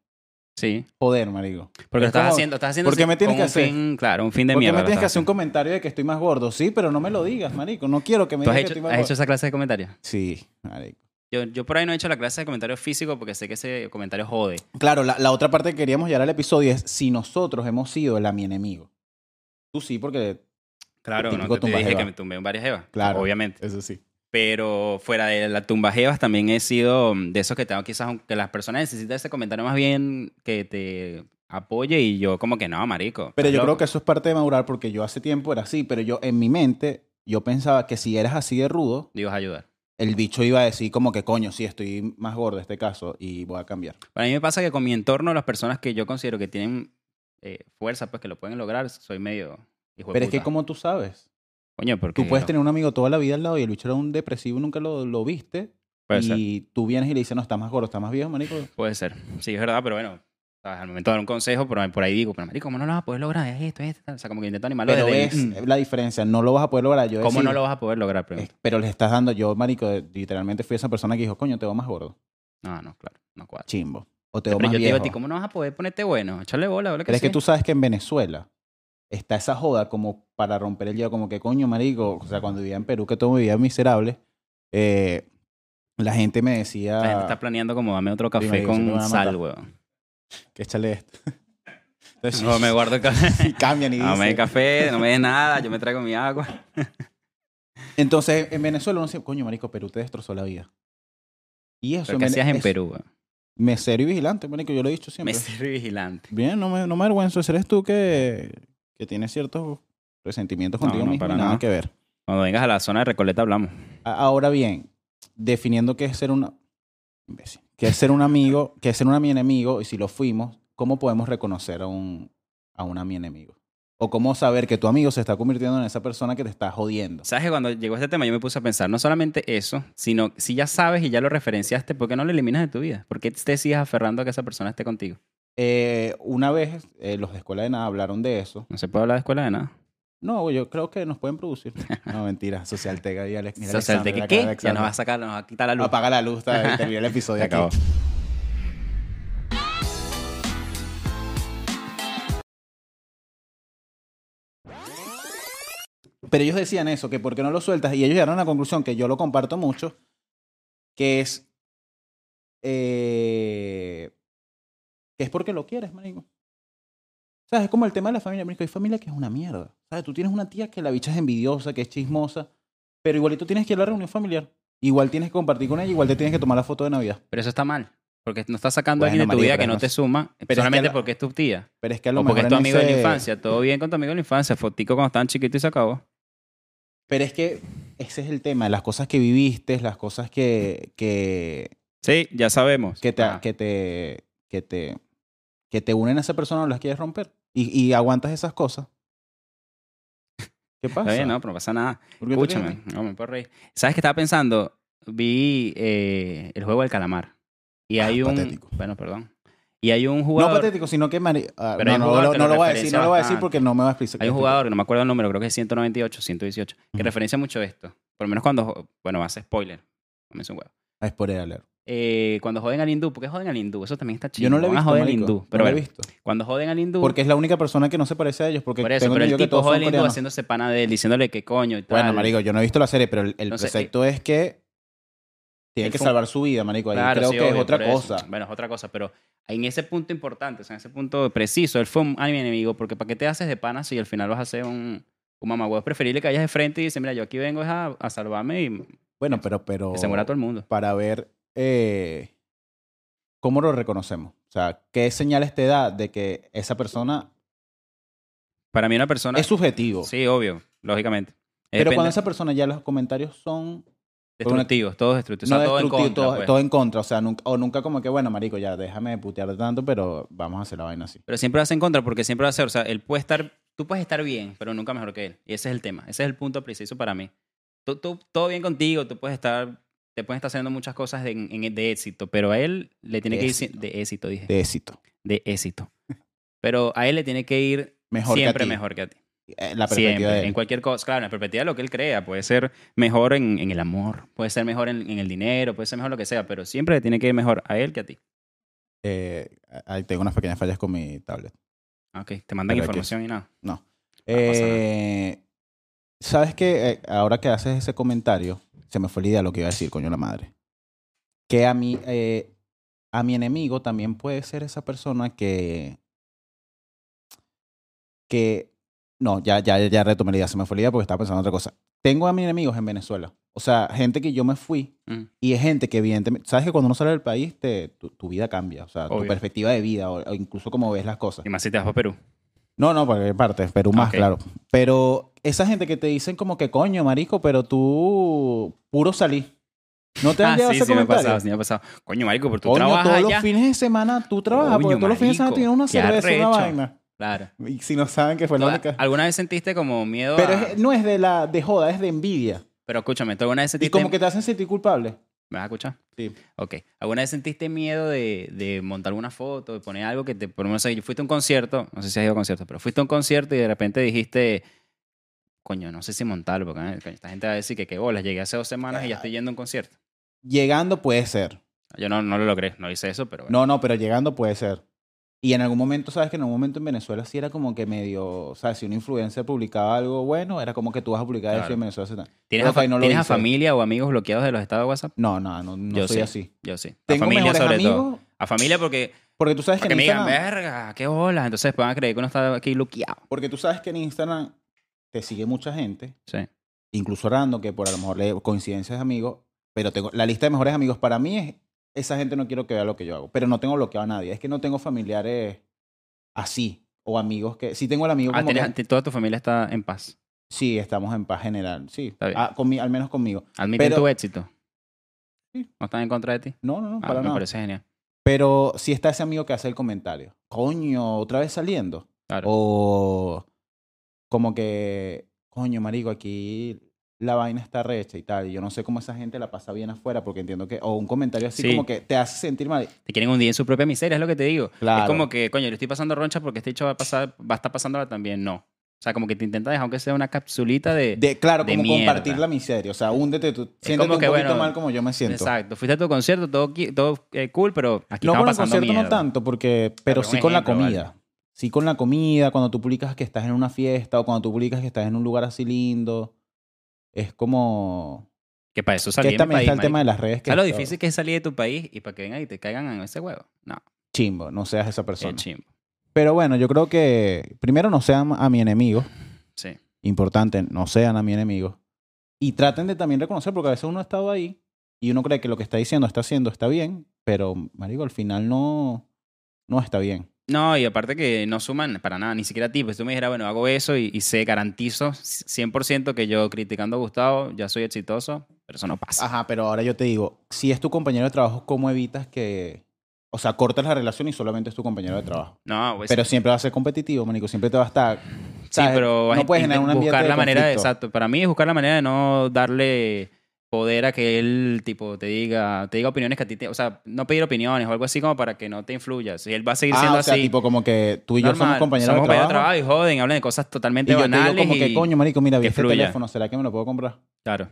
Speaker 2: Sí.
Speaker 1: Joder, marico.
Speaker 2: Porque lo
Speaker 1: Es
Speaker 2: estás
Speaker 1: como,
Speaker 2: haciendo, estás haciendo
Speaker 1: ¿por qué
Speaker 2: así
Speaker 1: me tienes
Speaker 2: con
Speaker 1: que
Speaker 2: un
Speaker 1: hacer?
Speaker 2: fin- claro, un fin de
Speaker 1: ¿Por qué
Speaker 2: mierda.
Speaker 1: me
Speaker 2: lo
Speaker 1: tienes que
Speaker 2: estás
Speaker 1: hacer un comentario de que estoy más gordo? Sí, pero no me lo digas, marico. No quiero que me
Speaker 2: haciendo.
Speaker 1: digas
Speaker 2: ¿Tú has
Speaker 1: que
Speaker 2: hecho,
Speaker 1: estoy más
Speaker 2: has
Speaker 1: gordo.
Speaker 2: hecho esa clase de comentarios?
Speaker 1: Sí, marico.
Speaker 2: Yo, yo por ahí no he hecho la clase de comentarios físicos porque sé que ese comentario jode.
Speaker 1: Claro, la, la otra parte que queríamos llegar al episodio es si nosotros hemos sido el a mi enemigo. Tú sí, porque.
Speaker 2: Claro, no,
Speaker 1: típico
Speaker 2: te, te
Speaker 1: tumba
Speaker 2: dije
Speaker 1: jeva.
Speaker 2: que me tumbé en varias evas.
Speaker 1: Claro.
Speaker 2: Obviamente.
Speaker 1: Eso sí.
Speaker 2: Pero fuera de la tumba jevas también he sido mm, de esos que tengo quizás un- que las personas necesitan ese comentario más bien que te apoye y yo como que no, marico.
Speaker 1: Pero
Speaker 2: estás
Speaker 1: yo creo
Speaker 2: loco".
Speaker 1: que eso es parte de madurar porque yo hace tiempo era así, pero yo en mi mente, yo pensaba que si eras así de rudo,
Speaker 2: Dios ayudar.
Speaker 1: el bicho iba a decir como que coño, sí, estoy más gordo en este caso y voy a cambiar.
Speaker 2: Para mí me pasa que con mi entorno, las personas que yo considero que tienen eh, fuerza, pues que lo pueden lograr, soy medio hijo de
Speaker 1: Pero es que
Speaker 2: puta.
Speaker 1: como tú sabes,
Speaker 2: Coño, porque
Speaker 1: tú puedes
Speaker 2: no,
Speaker 1: tener un amigo toda la vida al lado y el bicho era un depresivo, nunca lo, lo viste.
Speaker 2: Puede ser,
Speaker 1: y tú vienes y le dices, no, estás más gordo, estás más viejo, manico.
Speaker 2: puede ser. Sí, es verdad, pero bueno, sabes, al momento de dar un consejo, por, por ahí digo, pero marico, ¿cómo no lo vas a poder lograr? Es esto, es esto. tal. O sea, como que intento animarlo
Speaker 1: Pero
Speaker 2: Ah, desde
Speaker 1: ves
Speaker 2: el, mm,
Speaker 1: la diferencia, no lo vas a poder lograr. Yo
Speaker 2: ¿Cómo
Speaker 1: decir,
Speaker 2: no lo vas a poder lograr?
Speaker 1: eh,
Speaker 2: Pregunta.
Speaker 1: Pero le estás dando, yo, marico, eh, literalmente fui esa persona que dijo, coño, te veo más gordo.
Speaker 2: No, no, claro, no cuadra.
Speaker 1: Chimbo. O te veo
Speaker 2: Pero
Speaker 1: más
Speaker 2: yo te digo a ti,
Speaker 1: viejo.
Speaker 2: ¿cómo no vas a poder ponerte bueno? Echarle bola, bola que
Speaker 1: Pero es que
Speaker 2: sí.
Speaker 1: tú sabes que en Venezuela está esa joda como para romper el hielo, como que coño, marico. O sea, cuando vivía en Perú, que todo vivía miserable, eh, la gente me decía.
Speaker 2: La gente está planeando como dame otro café
Speaker 1: marico, se me
Speaker 2: con
Speaker 1: van a matar.
Speaker 2: sal, weón.
Speaker 1: que échale esto. Entonces,
Speaker 2: No me guardo el café.
Speaker 1: y cambian y
Speaker 2: No me
Speaker 1: dicen-
Speaker 2: des café, no me des nada, yo me traigo mi agua.
Speaker 1: Entonces, en Venezuela uno dice, coño, marico, Perú te destrozó la vida. Y eso
Speaker 2: Pero ¿Qué
Speaker 1: Vene-
Speaker 2: hacías en
Speaker 1: es
Speaker 2: Perú, weón?
Speaker 1: Mesero y vigilante, marico, yo lo he dicho siempre.
Speaker 2: Mesero y vigilante.
Speaker 1: Bien, no me, no me avergüenzo. Eres tú que, que tienes ciertos resentimientos
Speaker 2: No,
Speaker 1: contigo
Speaker 2: no,
Speaker 1: mismo y
Speaker 2: para
Speaker 1: nada
Speaker 2: nada.
Speaker 1: que ver.
Speaker 2: Cuando vengas a la zona de Recoleta hablamos.
Speaker 1: A- Ahora bien, definiendo qué es ser una... imbécil, Qué es ser un amigo, qué es ser un ami enemigo y si lo fuimos, ¿cómo podemos reconocer a un, a un ami enemigo? O cómo saber que tu amigo se está convirtiendo en esa persona que te está jodiendo.
Speaker 2: ¿Sabes que cuando llegó este tema yo me puse a pensar no solamente eso, sino si ya sabes y ya lo referenciaste, ¿por qué no lo eliminas de tu vida? ¿Por qué te sigues aferrando a que esa persona esté contigo?
Speaker 1: Eh, una vez eh, los de Escuela de Nada hablaron de eso.
Speaker 2: No se puede hablar de escuela de nada.
Speaker 1: No, yo creo que nos pueden producir. No, mentira. Socialtega y Alex. Mira,
Speaker 2: o sea,
Speaker 1: Alexander,
Speaker 2: ¿de
Speaker 1: la
Speaker 2: qué?
Speaker 1: cara de
Speaker 2: Ya nos va a
Speaker 1: Alexander.
Speaker 2: sacar, nos va a quitar la luz.
Speaker 1: Apaga la luz, está- termina el episodio
Speaker 2: Se
Speaker 1: aquí.
Speaker 2: acabó.
Speaker 1: Pero ellos decían eso, que por qué no lo sueltas. Y ellos llegaron a la conclusión, que yo lo comparto mucho, que es. eh, que es porque lo quieres, marico. O sea, es como el tema de la familia. Marico, hay familia que es una mierda. ¿Sabes? Tú tienes una tía que la bicha es envidiosa, que es chismosa, pero igualito tienes que ir a la reunión familiar. Igual tienes que compartir con ella, igual te tienes que tomar la foto de Navidad.
Speaker 2: Pero eso está mal. Porque no estás sacando a
Speaker 1: Bueno,
Speaker 2: alguien de tu
Speaker 1: marico,
Speaker 2: vida
Speaker 1: pero
Speaker 2: que no
Speaker 1: no
Speaker 2: te
Speaker 1: sé.
Speaker 2: suma
Speaker 1: que
Speaker 2: solamente
Speaker 1: la-
Speaker 2: porque es tu tía.
Speaker 1: Pero es que a lo
Speaker 2: O porque
Speaker 1: mejor
Speaker 2: es tu
Speaker 1: en
Speaker 2: amigo de la
Speaker 1: ese-
Speaker 2: infancia. Todo bien con tu amigo de la infancia. Fotico cuando estaban chiquitos y se acabó.
Speaker 1: Pero es que ese es el tema, las cosas que viviste, las cosas que, que,
Speaker 2: Sí, ya sabemos.
Speaker 1: que, te,
Speaker 2: Ajá.
Speaker 1: que, te, que, te, que te unen a esa persona o las quieres romper. Y, y aguantas esas cosas. ¿Qué pasa?
Speaker 2: Está bien, no, pero no pasa nada.
Speaker 1: ¿Por qué te
Speaker 2: Escúchame,
Speaker 1: ríes?
Speaker 2: no me puedo reír. ¿Sabes qué estaba pensando? Vi eh, el juego del calamar. Y
Speaker 1: Ah,
Speaker 2: hay un.
Speaker 1: patético.
Speaker 2: Bueno, perdón. Y hay un
Speaker 1: No
Speaker 2: jugador.
Speaker 1: patético, sino que... mari- ah,
Speaker 2: Pero hay
Speaker 1: no, no,
Speaker 2: un jugador
Speaker 1: lo-
Speaker 2: que
Speaker 1: no
Speaker 2: lo
Speaker 1: lo voy a decir,
Speaker 2: referencia
Speaker 1: no lo voy a decir
Speaker 2: bastante.
Speaker 1: porque no me va a explicar.
Speaker 2: Hay un jugador, no me acuerdo el número, creo que es 198, 118, que
Speaker 1: Ujú.
Speaker 2: referencia mucho esto. Por lo menos cuando. Bueno, va a ser spoiler. Comienza un huevo.
Speaker 1: Ah, Es por él, Alero.
Speaker 2: Eh, cuando joden al hindú, porque joden al hindú, eso también está chido.
Speaker 1: Yo no le he
Speaker 2: Van a
Speaker 1: visto,
Speaker 2: joder al
Speaker 1: marico,
Speaker 2: hindú,
Speaker 1: no
Speaker 2: pero
Speaker 1: lo he
Speaker 2: bueno,
Speaker 1: visto.
Speaker 2: cuando joden al hindú,
Speaker 1: Porque es la única persona que no se parece a ellos. Porque
Speaker 2: por eso,
Speaker 1: tengo
Speaker 2: pero el
Speaker 1: entendido que
Speaker 2: tipo
Speaker 1: todos son
Speaker 2: jode al hindú
Speaker 1: coreanos.
Speaker 2: haciéndose pana de él, diciéndole que coño y tal.
Speaker 1: Bueno, marico, yo no he visto la serie, pero el, el
Speaker 2: Entonces,
Speaker 1: precepto es que tiene
Speaker 2: él
Speaker 1: que
Speaker 2: fue un-
Speaker 1: salvar su vida, marico. Pues Ahí
Speaker 2: Claro,
Speaker 1: creo
Speaker 2: sí,
Speaker 1: que es
Speaker 2: obvio,
Speaker 1: otra
Speaker 2: por eso.
Speaker 1: cosa.
Speaker 2: Bueno, es otra cosa, pero en ese punto importante, o sea, en ese punto preciso, él fue un anime enemigo, porque ¿para qué te haces de pana si al final vas a hacer un, un mamagüeo? Es preferible que vayas de frente y dices, mira, yo aquí vengo es a, a salvarme y
Speaker 1: Bueno, pero, pero
Speaker 2: que se muera todo el mundo.
Speaker 1: para ver eh, cómo lo reconocemos. O sea, qué señales te da de que esa persona
Speaker 2: Para mí una persona...
Speaker 1: es subjetivo.
Speaker 2: Sí, obvio, lógicamente.
Speaker 1: pero
Speaker 2: Depende-
Speaker 1: cuando esa persona ya los comentarios son
Speaker 2: Destructivos, todos destructivos. o sea,
Speaker 1: no
Speaker 2: todo en
Speaker 1: destructivos,
Speaker 2: contra,
Speaker 1: todo,
Speaker 2: pues.
Speaker 1: todo en contra. O sea, nunca, o nunca como que, bueno, marico, ya déjame putear tanto, pero vamos a hacer la vaina así.
Speaker 2: Pero siempre vas en contra porque siempre va a ser, o sea, él puede estar, tú puedes estar bien, pero nunca mejor que él. Y ese es el tema, ese es el punto preciso para mí. Tú, tú- todo bien contigo, tú puedes estar, te pueden estar haciendo muchas cosas de, en- de éxito, pero a él le tiene
Speaker 1: De
Speaker 2: que
Speaker 1: éxito.
Speaker 2: ir, si- de éxito dije, de,
Speaker 1: De éxito.
Speaker 2: éxito. Pero a él le tiene que ir
Speaker 1: Mejor que a
Speaker 2: siempre
Speaker 1: ti.
Speaker 2: mejor que a ti.
Speaker 1: Eh, La perspectiva
Speaker 2: Siempre,
Speaker 1: de él.
Speaker 2: en cualquier cosa, claro, en la perspectiva de lo que él crea, puede ser mejor en, en el amor, puede ser mejor en, en el dinero, puede ser mejor lo que sea, pero siempre le tiene que ir mejor a él que a ti.
Speaker 1: Eh, ahí tengo unas pequeñas fallas con mi tablet.
Speaker 2: Ah, Ok, te mandan
Speaker 1: Pero aquí-
Speaker 2: información y nada. No pasa nada.
Speaker 1: Eh, ¿Sabes qué? Eh, ahora que haces ese comentario, se me fue la idea de lo que iba a decir, coño la madre. Que a mi, eh, a mi enemigo también puede ser esa persona que. que. No, ya, ya, ya retomé la idea, se me fue la idea porque estaba pensando en otra cosa. Tengo a mis enemigos en Venezuela. O sea, gente que yo me fui
Speaker 2: Mm.
Speaker 1: y es gente que evidentemente. ¿Sabes que cuando uno sale del país, te, tu, tu vida cambia? O sea, tu
Speaker 2: Obvio.
Speaker 1: perspectiva de vida o- o incluso cómo ves las cosas.
Speaker 2: Y más si te vas a Perú.
Speaker 1: No, no, porque parte, Perú más,
Speaker 2: Ok.
Speaker 1: claro. Pero esa gente que te dicen como que coño, marico, pero tú puro salí. ¿No te han
Speaker 2: Ah,
Speaker 1: llegado
Speaker 2: sí,
Speaker 1: ese
Speaker 2: sí, me ha
Speaker 1: comentario?
Speaker 2: pasado, sí me ha pasado. Coño, marico, pero tú
Speaker 1: coño,
Speaker 2: trabajas
Speaker 1: todos
Speaker 2: allá.
Speaker 1: los fines de semana tú trabajas,
Speaker 2: Coño,
Speaker 1: porque todos los fines de semana
Speaker 2: marico,
Speaker 1: tienes una
Speaker 2: qué
Speaker 1: cerveza, una
Speaker 2: arrecho.
Speaker 1: vaina.
Speaker 2: Claro.
Speaker 1: Y si no saben que fue la
Speaker 2: Toda-
Speaker 1: única.
Speaker 2: ¿Alguna vez sentiste como miedo
Speaker 1: Pero
Speaker 2: a-
Speaker 1: es- no es de la de joda, es de envidia.
Speaker 2: Pero escúchame, ¿tú alguna vez
Speaker 1: Y
Speaker 2: sentiste...
Speaker 1: como que te hacen sentir culpable.
Speaker 2: ¿Me vas a escuchar?
Speaker 1: Sí.
Speaker 2: Ok. ¿Alguna vez sentiste miedo de, de montar una foto, de poner algo que te... Por lo menos, yo fuiste a un concierto, no sé si has ido a conciertos, pero fuiste a un concierto y de repente dijiste... Coño, no sé si montarlo, porque eh, coño, esta gente va a decir que qué bolas, llegué hace dos semanas y ya estoy yendo a un concierto.
Speaker 1: Llegando puede ser.
Speaker 2: Yo no, no lo logré, no hice eso, pero bueno.
Speaker 1: No, no, pero llegando puede ser. Y en algún momento, sabes que en algún momento en Venezuela sí era como que medio, sabes, si una influencer publicaba algo bueno, era como que tú vas a publicar eso
Speaker 2: Claro.
Speaker 1: y en Venezuela se tal.
Speaker 2: ¿Tienes, a,
Speaker 1: Spotify
Speaker 2: fa-
Speaker 1: no lo
Speaker 2: tienes a
Speaker 1: dice.
Speaker 2: familia o amigos bloqueados de los estados de WhatsApp?
Speaker 1: No, no, no, no
Speaker 2: Yo
Speaker 1: soy
Speaker 2: sí.
Speaker 1: así.
Speaker 2: Yo sí. A
Speaker 1: Tengo
Speaker 2: familia
Speaker 1: mejores
Speaker 2: sobre
Speaker 1: amigos,
Speaker 2: todo. A familia porque,
Speaker 1: porque tú sabes que
Speaker 2: porque
Speaker 1: en
Speaker 2: me digan,
Speaker 1: Instagram,
Speaker 2: verga, qué bola. Entonces después van a creer que uno está aquí bloqueado.
Speaker 1: porque tú sabes que en Instagram te sigue mucha gente,
Speaker 2: Sí.
Speaker 1: incluso random, que por a lo mejor le coincidencias de amigos, pero tengo la lista de mejores amigos para mí es esa gente no quiero que vea lo que yo hago, pero no tengo bloqueado a nadie, es que no tengo familiares así o amigos que sí tengo el amigo
Speaker 2: Ah,
Speaker 1: como
Speaker 2: tienes-
Speaker 1: que-
Speaker 2: t- toda tu familia está en paz.
Speaker 1: sí, estamos en paz general, sí,
Speaker 2: bien.
Speaker 1: Ah, conmi- al menos conmigo.
Speaker 2: Admiten
Speaker 1: Pero-
Speaker 2: tu éxito.
Speaker 1: Sí.
Speaker 2: ¿No están en contra de ti?
Speaker 1: No, no, no,
Speaker 2: Ah,
Speaker 1: para
Speaker 2: me
Speaker 1: nada.
Speaker 2: parece genial.
Speaker 1: Pero si está ese amigo que hace el comentario, coño, otra vez saliendo.
Speaker 2: Claro.
Speaker 1: O como que, coño, marico, aquí la vaina está recha y tal. Y yo no sé cómo esa gente la pasa bien afuera, porque entiendo que, o un comentario así
Speaker 2: Sí.
Speaker 1: como que te hace sentir mal.
Speaker 2: Te quieren hundir en su propia miseria, es lo que te digo.
Speaker 1: Claro.
Speaker 2: Es como que, coño, le estoy pasando roncha porque este hecho va a, pasar, va a estar pasándola también. No. O sea, como que te intenta dejar, aunque sea una capsulita de...
Speaker 1: De, claro,
Speaker 2: de
Speaker 1: como
Speaker 2: mierda.
Speaker 1: compartir la miseria. O sea, húndete tú. Siéntete
Speaker 2: como
Speaker 1: un
Speaker 2: que,
Speaker 1: poquito
Speaker 2: bueno,
Speaker 1: mal como yo me siento.
Speaker 2: Exacto. Fuiste a tu concierto, todo, qui- todo eh, cool, pero aquí
Speaker 1: No
Speaker 2: estaba
Speaker 1: con el
Speaker 2: pasando
Speaker 1: concierto,
Speaker 2: mierda.
Speaker 1: no tanto, porque, pero
Speaker 2: pero
Speaker 1: sí
Speaker 2: un
Speaker 1: con la
Speaker 2: ejemplo,
Speaker 1: comida.
Speaker 2: vale.
Speaker 1: Sí con la comida, cuando tú publicas que estás en una fiesta o cuando tú publicas que estás en un lugar así lindo. Es como...
Speaker 2: Que para eso
Speaker 1: Que
Speaker 2: salí de mi
Speaker 1: también
Speaker 2: país,
Speaker 1: está el tema
Speaker 2: marico.
Speaker 1: de las redes.
Speaker 2: O
Speaker 1: Que
Speaker 2: sea, lo
Speaker 1: está
Speaker 2: difícil que es salir de tu país y para que vengan y te caigan en ese huevo. No,
Speaker 1: Chimbo, no seas esa
Speaker 2: qué
Speaker 1: persona.
Speaker 2: chimbo.
Speaker 1: Pero bueno, yo creo que primero no sean a mi enemigo.
Speaker 2: Sí.
Speaker 1: Importante, no sean a mi enemigo. Y traten de también reconocer, porque a veces uno ha estado ahí y uno cree que lo que está diciendo, está haciendo, está bien, pero, marico, al final no, no está bien.
Speaker 2: No, y aparte que no suman para nada, ni siquiera a ti. Pues tú me dijeras, bueno, hago eso y, y sé, garantizo 100% que yo criticando a Gustavo ya soy exitoso, pero eso no pasa.
Speaker 1: Ajá, pero ahora yo te digo, si es tu compañero de trabajo, ¿cómo evitas que... O sea, cortas la relación y solamente es tu compañero de trabajo.
Speaker 2: No, pues,
Speaker 1: Pero siempre va a ser competitivo, marico. Siempre te va a estar...
Speaker 2: sí,
Speaker 1: ¿sabes?
Speaker 2: pero vas
Speaker 1: no
Speaker 2: a
Speaker 1: puedes generar
Speaker 2: intent-
Speaker 1: un ambiente
Speaker 2: buscar
Speaker 1: de
Speaker 2: la manera, de-
Speaker 1: conflicto.
Speaker 2: exacto. Para mí es buscar la manera de no darle poder a que él, tipo, te diga, te diga opiniones que a ti te... O sea, no pedir opiniones o algo así como para que no te influyas. Y él va a seguir
Speaker 1: Ah,
Speaker 2: siendo
Speaker 1: o sea,
Speaker 2: así.
Speaker 1: tipo como que tú y yo somos
Speaker 2: normal.
Speaker 1: compañeros
Speaker 2: Somos
Speaker 1: de trabajo.
Speaker 2: de trabajo y joden, hablan de cosas totalmente
Speaker 1: Y yo te
Speaker 2: banales
Speaker 1: digo como que,
Speaker 2: y-
Speaker 1: coño, marico, mira, vi
Speaker 2: que
Speaker 1: este
Speaker 2: fluya.
Speaker 1: teléfono, ¿será que me lo puedo comprar?
Speaker 2: Claro.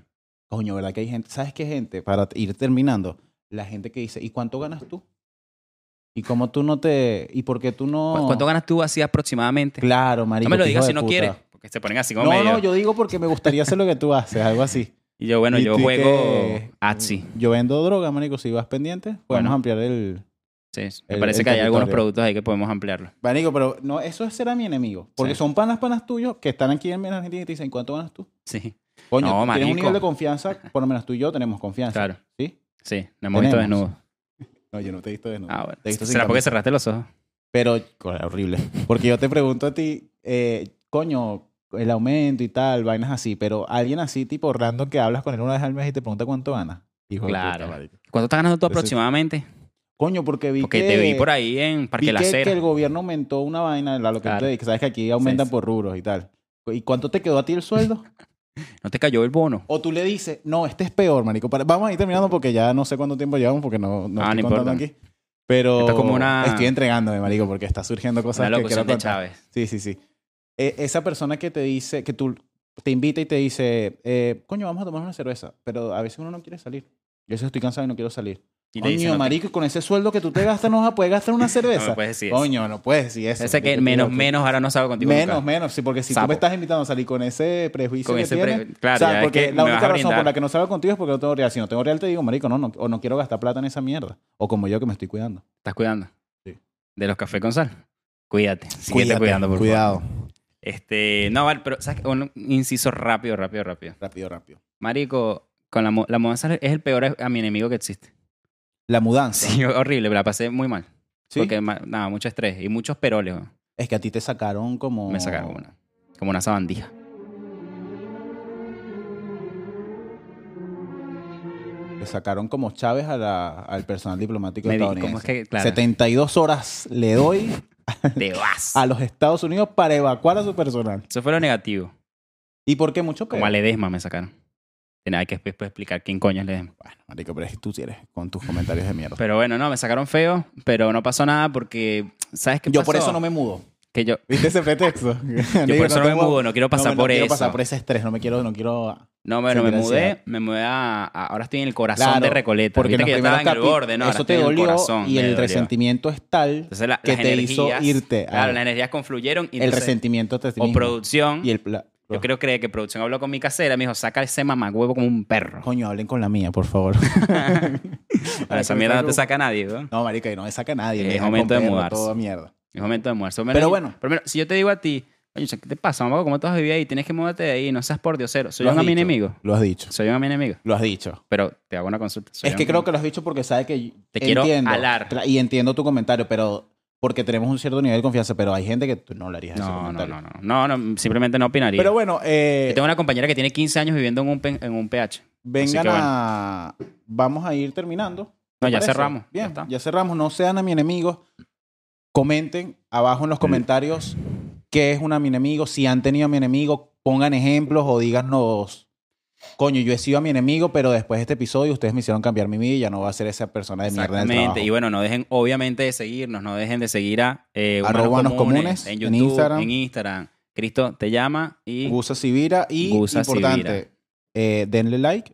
Speaker 1: Coño, ¿verdad que hay gente? ¿Sabes qué gente? Para ir terminando, la gente que dice, ¿y cuánto ganas tú? ¿Y cómo tú no te...? ¿Y por qué tú no...?
Speaker 2: ¿Cu- ¿Cuánto ganas tú así aproximadamente?
Speaker 1: Claro, marico,
Speaker 2: no me lo
Speaker 1: qué
Speaker 2: digas
Speaker 1: hijo
Speaker 2: si
Speaker 1: de
Speaker 2: no
Speaker 1: puta.
Speaker 2: quieres. Porque se ponen así como
Speaker 1: No,
Speaker 2: medio.
Speaker 1: no, yo digo porque me gustaría hacer lo que tú haces, algo así.
Speaker 2: Y yo, bueno,
Speaker 1: Y
Speaker 2: yo
Speaker 1: tú
Speaker 2: juego
Speaker 1: que-
Speaker 2: Atsi.
Speaker 1: Yo vendo droga, marico, si vas pendiente, podemos
Speaker 2: Ah, Bueno.
Speaker 1: ampliar el...
Speaker 2: Sí, me
Speaker 1: El-
Speaker 2: parece
Speaker 1: el
Speaker 2: que hay algunos
Speaker 1: territorio.
Speaker 2: productos ahí que podemos ampliarlo.
Speaker 1: Marico, pero no, eso será mi enemigo. Porque
Speaker 2: Sí.
Speaker 1: son panas, panas tuyos que están aquí en Argentina y te dicen, ¿cuánto ganas tú?
Speaker 2: Sí,
Speaker 1: Coño, tienes
Speaker 2: No,
Speaker 1: un
Speaker 2: marico.
Speaker 1: nivel de confianza, por lo menos tú y yo tenemos confianza.
Speaker 2: claro.
Speaker 1: ¿Sí?
Speaker 2: Sí, nos hemos visto
Speaker 1: Tenemos.
Speaker 2: desnudos.
Speaker 1: No, yo no te he visto desnudo.
Speaker 2: Ah, bueno.
Speaker 1: Te he visto sin
Speaker 2: ¿Será porque
Speaker 1: camisa.
Speaker 2: cerraste los ojos?
Speaker 1: Pero, coño, horrible. Porque yo te pregunto a ti, eh, coño, el aumento y tal, vainas así, pero alguien así, tipo random, que hablas con él una vez al mes y te pregunta cuánto gana. Hijo de
Speaker 2: Claro.
Speaker 1: puta, marico.
Speaker 2: ¿Cuánto estás ganando tú
Speaker 1: Entonces-
Speaker 2: aproximadamente?
Speaker 1: Coño, porque vi
Speaker 2: Porque
Speaker 1: que...
Speaker 2: te vi por ahí en
Speaker 1: vi
Speaker 2: Parque La
Speaker 1: que, que
Speaker 2: Cera.
Speaker 1: el gobierno aumentó una vaina, la lo que tú
Speaker 2: Claro.
Speaker 1: te- que sabes que aquí aumentan
Speaker 2: sí.
Speaker 1: por rubros y tal. ¿Y cuánto te quedó a ti el sueldo?
Speaker 2: No te cayó el bono.
Speaker 1: O tú le dices, no, este es peor, marico. Para- vamos a ir terminando porque ya no sé cuánto tiempo llevamos porque no, no
Speaker 2: Ah,
Speaker 1: estoy
Speaker 2: no
Speaker 1: contando
Speaker 2: importa.
Speaker 1: aquí. Pero
Speaker 2: Esto es como una-
Speaker 1: estoy entregándome, marico, porque está surgiendo cosas
Speaker 2: Una
Speaker 1: que quiero
Speaker 2: locución de
Speaker 1: contar.
Speaker 2: Chávez.
Speaker 1: Sí, sí, sí. E- esa persona que te dice, que tú te invita y te dice, eh, coño, vamos a tomar una cerveza, pero a veces uno no quiere salir. Yo a veces estoy cansado y no quiero salir.
Speaker 2: Y le
Speaker 1: coño,
Speaker 2: dice, no te-
Speaker 1: marico, y con ese sueldo que tú te gastas no vas a poder gastar una
Speaker 2: No me
Speaker 1: cerveza.
Speaker 2: puedes decir eso.
Speaker 1: coño, no puedes decir eso.
Speaker 2: Ese que
Speaker 1: marico,
Speaker 2: menos,
Speaker 1: tú-
Speaker 2: menos, ahora no salgo contigo
Speaker 1: Menos,
Speaker 2: nunca.
Speaker 1: menos, sí, porque si tú
Speaker 2: Sapo.
Speaker 1: me estás invitando a salir con ese prejuicio
Speaker 2: Con
Speaker 1: que
Speaker 2: ese
Speaker 1: tienes,
Speaker 2: pre- Claro,
Speaker 1: o sea,
Speaker 2: ya es
Speaker 1: porque
Speaker 2: que
Speaker 1: la
Speaker 2: me vas
Speaker 1: única
Speaker 2: a
Speaker 1: razón por la
Speaker 2: brindar.
Speaker 1: que no salgo contigo es porque no tengo real. Si no tengo real, te digo, marico, no, no, o no quiero gastar plata en esa mierda. O como yo que me estoy cuidando.
Speaker 2: ¿Estás cuidando?
Speaker 1: Sí.
Speaker 2: ¿De los cafés con sal? Cuídate. Síguete
Speaker 1: Cuídate,
Speaker 2: cuidando, por favor.
Speaker 1: Cuidado.
Speaker 2: Este, no, vale, pero ¿sabes? qué? un inciso rápido, rápido, rápido.
Speaker 1: Rápido, rápido.
Speaker 2: Marico, con la, mu- la mudanza es el peor a mi enemigo que existe.
Speaker 1: La mudanza.
Speaker 2: Sí, horrible, me la pasé muy mal.
Speaker 1: ¿sí?
Speaker 2: Porque, ma- nada, mucho estrés y muchos peroles. weón.
Speaker 1: Es que a ti te sacaron como...
Speaker 2: Me sacaron una, como una sabandija.
Speaker 1: Te sacaron como Chávez a la- al personal diplomático
Speaker 2: Me di-
Speaker 1: estadounidense.
Speaker 2: ¿cómo es que? Claro,
Speaker 1: 72 horas le doy
Speaker 2: te vas.
Speaker 1: a los Estados Unidos para evacuar a su personal.
Speaker 2: Eso fue lo negativo.
Speaker 1: ¿Y por qué mucho
Speaker 2: Como a Ledesma me sacaron. Tiene hay que después explicar quién coño es Ledesma.
Speaker 1: Bueno, marico, pero es que tú sí eres con tus comentarios de mierda.
Speaker 2: Pero bueno, no, me sacaron feo, pero no pasó nada porque, ¿sabes qué
Speaker 1: Yo por
Speaker 2: pasó?
Speaker 1: eso no me mudo.
Speaker 2: que yo,
Speaker 1: ¿Viste ese pretexto?
Speaker 2: yo por eso no, me mudo, no quiero pasar por
Speaker 1: quiero
Speaker 2: eso.
Speaker 1: pasar por ese estrés, no me quiero, no quiero...
Speaker 2: No, bueno, me
Speaker 1: sentir
Speaker 2: mudé,
Speaker 1: ansiedad.
Speaker 2: me mudé a, a- Ahora estoy en el corazón
Speaker 1: Claro,
Speaker 2: de Recoleta.
Speaker 1: Porque
Speaker 2: Viste
Speaker 1: los
Speaker 2: que yo
Speaker 1: primeros
Speaker 2: estaba en el
Speaker 1: capi-
Speaker 2: borde, ¿no? Ahora
Speaker 1: Eso
Speaker 2: estoy
Speaker 1: te
Speaker 2: en el
Speaker 1: dolió
Speaker 2: corazón,
Speaker 1: y
Speaker 2: me
Speaker 1: el
Speaker 2: dolió.
Speaker 1: resentimiento es tal
Speaker 2: Entonces, la-
Speaker 1: que
Speaker 2: las
Speaker 1: te hizo
Speaker 2: energías-
Speaker 1: irte. a-
Speaker 2: Claro, las energías confluyeron. y
Speaker 1: el
Speaker 2: entonces-
Speaker 1: resentimiento te
Speaker 2: O producción.
Speaker 1: Y el pla-
Speaker 2: Yo creo que, que producción habló con mi casera, me dijo, saca ese mamagüevo como un perro.
Speaker 1: Coño, hablen con la mía, por favor.
Speaker 2: Ahora, esa mierda no te saca nadie, ¿no?
Speaker 1: No, marica, y no me saca nadie.
Speaker 2: Es
Speaker 1: me dejan
Speaker 2: momento
Speaker 1: con
Speaker 2: de
Speaker 1: perro,
Speaker 2: mudarse.
Speaker 1: Toda mierda.
Speaker 2: Es momento de mudarse.
Speaker 1: Pero bueno.
Speaker 2: Primero, si yo te digo a ti, "Oye, ¿qué te pasa, mamá? ¿Cómo tú has vivido ahí? Tienes que mudarte de ahí, no seas por diosero. Soy
Speaker 1: Lo
Speaker 2: un
Speaker 1: has
Speaker 2: amigo
Speaker 1: dicho,
Speaker 2: enemigo.
Speaker 1: Lo has dicho.
Speaker 2: Soy un amigo enemigo.
Speaker 1: Lo has dicho.
Speaker 2: Pero te hago una consulta. Soy
Speaker 1: es que
Speaker 2: un
Speaker 1: creo
Speaker 2: amigo.
Speaker 1: que lo has dicho porque sabe que.
Speaker 2: Te quiero
Speaker 1: entiendo,
Speaker 2: alar.
Speaker 1: cla- Y entiendo tu comentario, pero. Porque tenemos un cierto nivel de confianza, pero hay gente que tú no le harías ese
Speaker 2: No, no,
Speaker 1: comentario.
Speaker 2: no, no, no, no, simplemente no opinaría.
Speaker 1: Pero bueno, eh,
Speaker 2: Yo tengo una compañera que tiene 15 años viviendo en un, pen- en un PH.
Speaker 1: vengan
Speaker 2: Así que bueno.
Speaker 1: a. Vamos a ir terminando.
Speaker 2: No,
Speaker 1: ¿Te
Speaker 2: ya
Speaker 1: parece?
Speaker 2: cerramos. ya
Speaker 1: Bien,
Speaker 2: está.
Speaker 1: ya, cerramos. No sean a mi enemigo. Comenten abajo en los comentarios qué es un mi enemigo. Si han tenido a mi enemigo, pongan ejemplos o díganos. Coño, yo he sido a mi enemigo, pero después de este episodio ustedes me hicieron cambiar mi vida y ya no va a ser esa persona de mierda en el trabajo.
Speaker 2: Exactamente. Y bueno, no dejen, obviamente, de seguirnos. No dejen de seguir a eh, Humanos
Speaker 1: Arroba Humanos Comunes,
Speaker 2: en
Speaker 1: en
Speaker 2: YouTube, en Instagram.
Speaker 1: Instagram.
Speaker 2: Cristo te llama y
Speaker 1: Gusa Sibira y
Speaker 2: Gusa Sibira.
Speaker 1: importante, eh, denle like,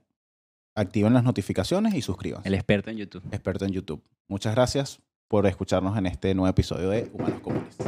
Speaker 1: activen las notificaciones y suscríbanse.
Speaker 2: el experto en YouTube.
Speaker 1: Experto en YouTube. Muchas gracias por escucharnos en este nuevo episodio de Humanos Comunes.